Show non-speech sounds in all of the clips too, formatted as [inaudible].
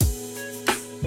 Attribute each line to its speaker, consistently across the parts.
Speaker 1: Mm,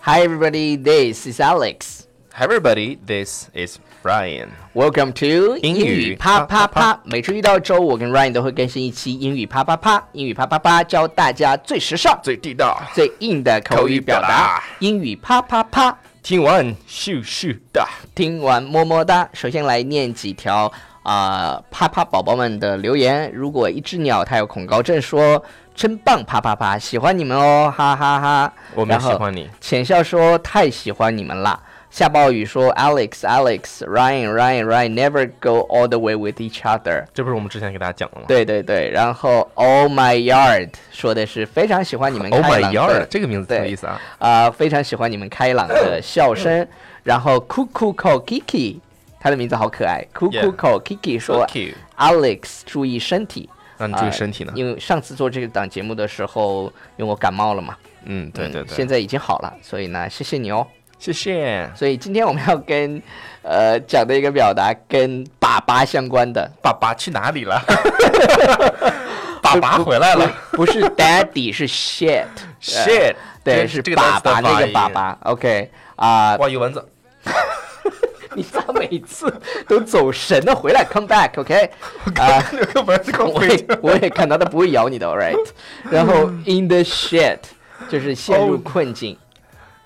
Speaker 2: Hi everybody, this is Alex.
Speaker 3: Hi everybody, this is Ryan。
Speaker 2: Welcome to
Speaker 3: 英语
Speaker 2: 啪啪
Speaker 3: 啪啪
Speaker 2: 啪。每周一到周五，我跟 Ryan 都会更新一期英语啪啪啪。英语啪啪啪，教大家最时尚、
Speaker 3: 最地道，
Speaker 2: 最硬的口语表达
Speaker 3: 口语表达。
Speaker 2: 英语啪啪啪，
Speaker 3: 听完咻咻的。
Speaker 2: 听完么么哒。首先来念几条啊、啪啪宝宝们的留言。如果一只鸟它有恐高症说，真棒啪啪啪，喜欢你们哦，哈哈哈
Speaker 3: 我们
Speaker 2: 然后
Speaker 3: 喜欢你。
Speaker 2: 浅笑说太喜欢你们啦。夏暴雨说 Alex Alex Ryan Ryan Ryan never go all the way with each other。
Speaker 3: 这不是我们之前给大家讲了吗？
Speaker 2: 对对对，然后 Oh my yard 说的是非常喜欢你们
Speaker 3: ，Oh
Speaker 2: 开
Speaker 3: my
Speaker 2: 朗
Speaker 3: yard，
Speaker 2: 的
Speaker 3: 这个名字挺有意思啊。
Speaker 2: 啊、非常喜欢你们开朗的笑声。然后 Cuckoo Call Kiki，他的名字好可爱，Cuckoo
Speaker 3: Yeah
Speaker 2: Call Kiki 说
Speaker 3: Thank you，
Speaker 2: Alex 注意身体。
Speaker 3: 那你
Speaker 2: 啊
Speaker 3: 嗯注意身体呢。
Speaker 2: 因为上次做这档节目的时候，因为我感冒了嘛，
Speaker 3: 嗯，对
Speaker 2: 嗯
Speaker 3: 对对。
Speaker 2: 现在已经好了，所以呢，谢谢你哦。
Speaker 3: 谢谢
Speaker 2: 所以今天我们要跟，呃，讲的一个表达跟粑粑相关的，
Speaker 3: 爸爸去哪里
Speaker 2: [laughs]
Speaker 3: 了？爸爸回来了。
Speaker 2: 不是 [laughs] daddy 是 shit，
Speaker 3: Shit，
Speaker 2: 对，
Speaker 3: 这
Speaker 2: 是
Speaker 3: 这个单
Speaker 2: 粑
Speaker 3: 词的
Speaker 2: 粑那个
Speaker 3: 发
Speaker 2: 粑
Speaker 3: 音。
Speaker 2: 粑。OK 啊、
Speaker 3: 哇，有蚊子。
Speaker 2: [laughs] 你咋每次都走神呢？回来 come
Speaker 3: [laughs]
Speaker 2: back，OK、啊、
Speaker 3: 那个蚊子给我
Speaker 2: [laughs] 我
Speaker 3: 回
Speaker 2: 也我也看到，它不会咬你的，all right。然后 in the shit 就是陷入困境，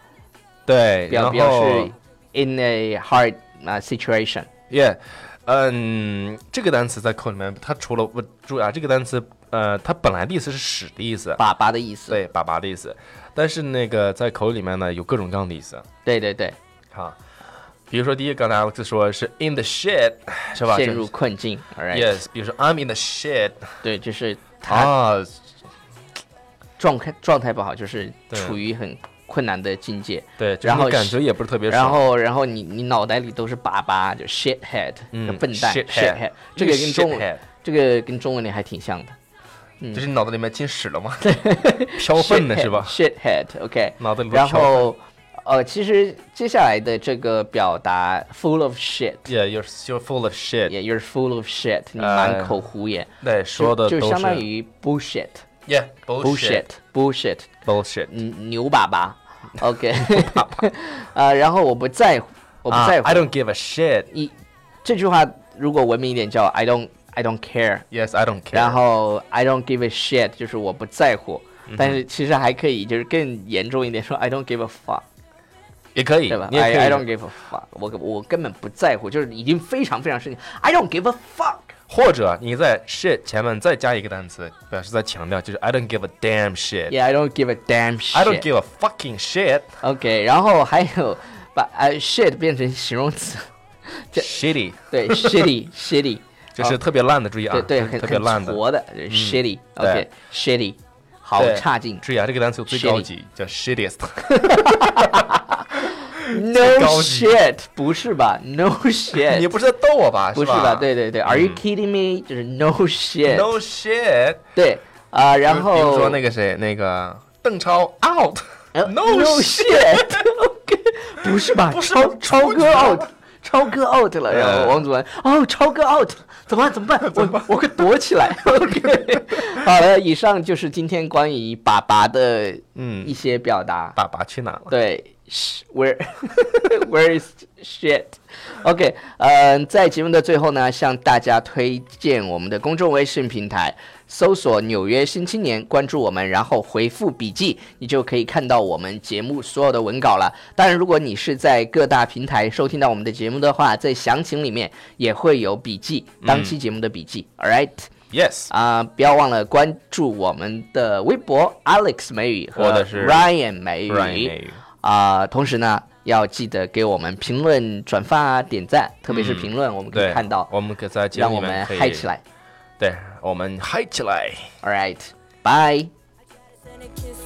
Speaker 3: [laughs] 对，哦然
Speaker 2: 表
Speaker 3: 后
Speaker 2: 表示 in a hard 啊、situation。
Speaker 3: Yeah，嗯，这个单词在口里面，它除了我注意啊，这个单词呃，它本来的意思是屎的意思，
Speaker 2: 粑粑的意思，
Speaker 3: 对，粑粑的意思。但是那个在口里面呢，有各种各样的意思
Speaker 2: 对对对，
Speaker 3: 哈。比如说第一个，刚才 Alex 说是 in the shit，是吧？
Speaker 2: 陷入困境，all right。
Speaker 3: Yes，比如说 I'm in the shit
Speaker 2: 对，就是他
Speaker 3: 啊，
Speaker 2: 状态状态不好，就是
Speaker 3: 对
Speaker 2: 处于很困难的境界。
Speaker 3: [laughs] 对，就是
Speaker 2: 然后
Speaker 3: 那感
Speaker 2: 是
Speaker 3: 觉也不是特别爽。
Speaker 2: 然后，然后你你脑袋里都是粑粑，就 shit head，、
Speaker 3: 嗯
Speaker 2: 就笨蛋
Speaker 3: shithead
Speaker 2: head，这个跟中文
Speaker 3: shithead
Speaker 2: 这个跟中文里还挺像的，
Speaker 3: 就是你脑子里面进屎了吗？飘粪呢是吧？
Speaker 2: ？shit head，OK、
Speaker 3: 脑子里面
Speaker 2: 然
Speaker 3: 飘粪
Speaker 2: 后，呃，其实接下来的这个表达 full of shit，
Speaker 3: Yeah, you're you're full of shit。
Speaker 2: 也就是 full of shit，你
Speaker 3: 呃
Speaker 2: 满口胡言，
Speaker 3: 对，说的
Speaker 2: 就
Speaker 3: 都
Speaker 2: 就是相当于 bullshit，bullshit，bullshit，
Speaker 3: Yeah bullshit bullshit。
Speaker 2: 嗯牛粑粑，OK，呃， [laughs] 然后我不在乎，我不
Speaker 3: 啊
Speaker 2: 在乎
Speaker 3: I don't give a shit.
Speaker 2: 一这句话如果文明一点叫 I don't I don't care，
Speaker 3: Yes, I don't care.
Speaker 2: 然后 I don't give a shit 就是我不在乎，
Speaker 3: 嗯
Speaker 2: 但是其实还可以就是更严重一点说 I don't give a fuck，
Speaker 3: 也可以，
Speaker 2: 对吧
Speaker 3: 你也可以
Speaker 2: I I don't give a fuck，我我根本不在乎，就是已经非常非常生气，I don't give a fuck，
Speaker 3: 或者你在 shit 前面再加一个单词，表示在强调，就是 I don't give a damn shit.
Speaker 2: yeah I don't give a damn
Speaker 3: I
Speaker 2: shit，OK，、
Speaker 3: don't give a fucking shit.
Speaker 2: OK，然后还有把呃 shit 变成形容词，这
Speaker 3: Shitty，
Speaker 2: [laughs] 对 shitty shitty，
Speaker 3: 就是特别烂的，注意啊，
Speaker 2: 对对很
Speaker 3: 特别烂
Speaker 2: 很
Speaker 3: 的。
Speaker 2: 挫的嗯就是
Speaker 3: 对
Speaker 2: shitty，OK shitty，好
Speaker 3: 对
Speaker 2: 差 [laughs] 劲。
Speaker 3: 注意啊，这个单词有最高级叫 shittiest。最
Speaker 2: No
Speaker 3: 高级
Speaker 2: shit，不是吧？No shit，
Speaker 3: [laughs] 你不是在逗我吧？
Speaker 2: 不是
Speaker 3: 吧？
Speaker 2: 吧？对对对，Are you kidding me？就是 No shit，
Speaker 3: No shit。
Speaker 2: 对啊、然
Speaker 3: 比如
Speaker 2: 后
Speaker 3: 说那个谁，那个邓超 out。
Speaker 2: 呃
Speaker 3: No
Speaker 2: shit，OK，不 [laughs] 是吧？
Speaker 3: 不是
Speaker 2: 超
Speaker 3: 我
Speaker 2: 超哥
Speaker 3: 我
Speaker 2: out，超哥 out 了，然后
Speaker 3: 呃
Speaker 2: 王祖蓝哦，超哥 out，怎么 [laughs] 办？怎么办？我我快躲起 [laughs] 来。OK，好了，以上就是今天关于粑粑的
Speaker 3: 嗯
Speaker 2: 一些表达。
Speaker 3: 爸爸去哪了？
Speaker 2: 对是，where [laughs] where is shit？OK，嗯、在节目的最后呢，向大家推荐我们的公众微信平台，搜索“纽约新青年”，关注我们，然后回复“笔记”，你就可以看到我们节目所有的文稿了。当然，如果你是在各大平台收听到我们的节目的话，在详情里面也会有笔记，当期节目的笔记。All right。
Speaker 3: Yes，
Speaker 2: 啊、不要忘了关注我们的微博 Alex 美语和
Speaker 3: 我的是
Speaker 2: Ryan 美语。
Speaker 3: Ryan 美语
Speaker 2: 啊、同时呢，要记得给我们评论、转发啊、点赞，特别是评论，我们可以
Speaker 3: 对，
Speaker 2: 看到，
Speaker 3: 我们可以在节
Speaker 2: 让
Speaker 3: 目
Speaker 2: 我
Speaker 3: 里面
Speaker 2: 们
Speaker 3: 可以
Speaker 2: 嗨起，来。
Speaker 3: 对我们嗨起来。
Speaker 2: All right，bye。
Speaker 1: and a kiss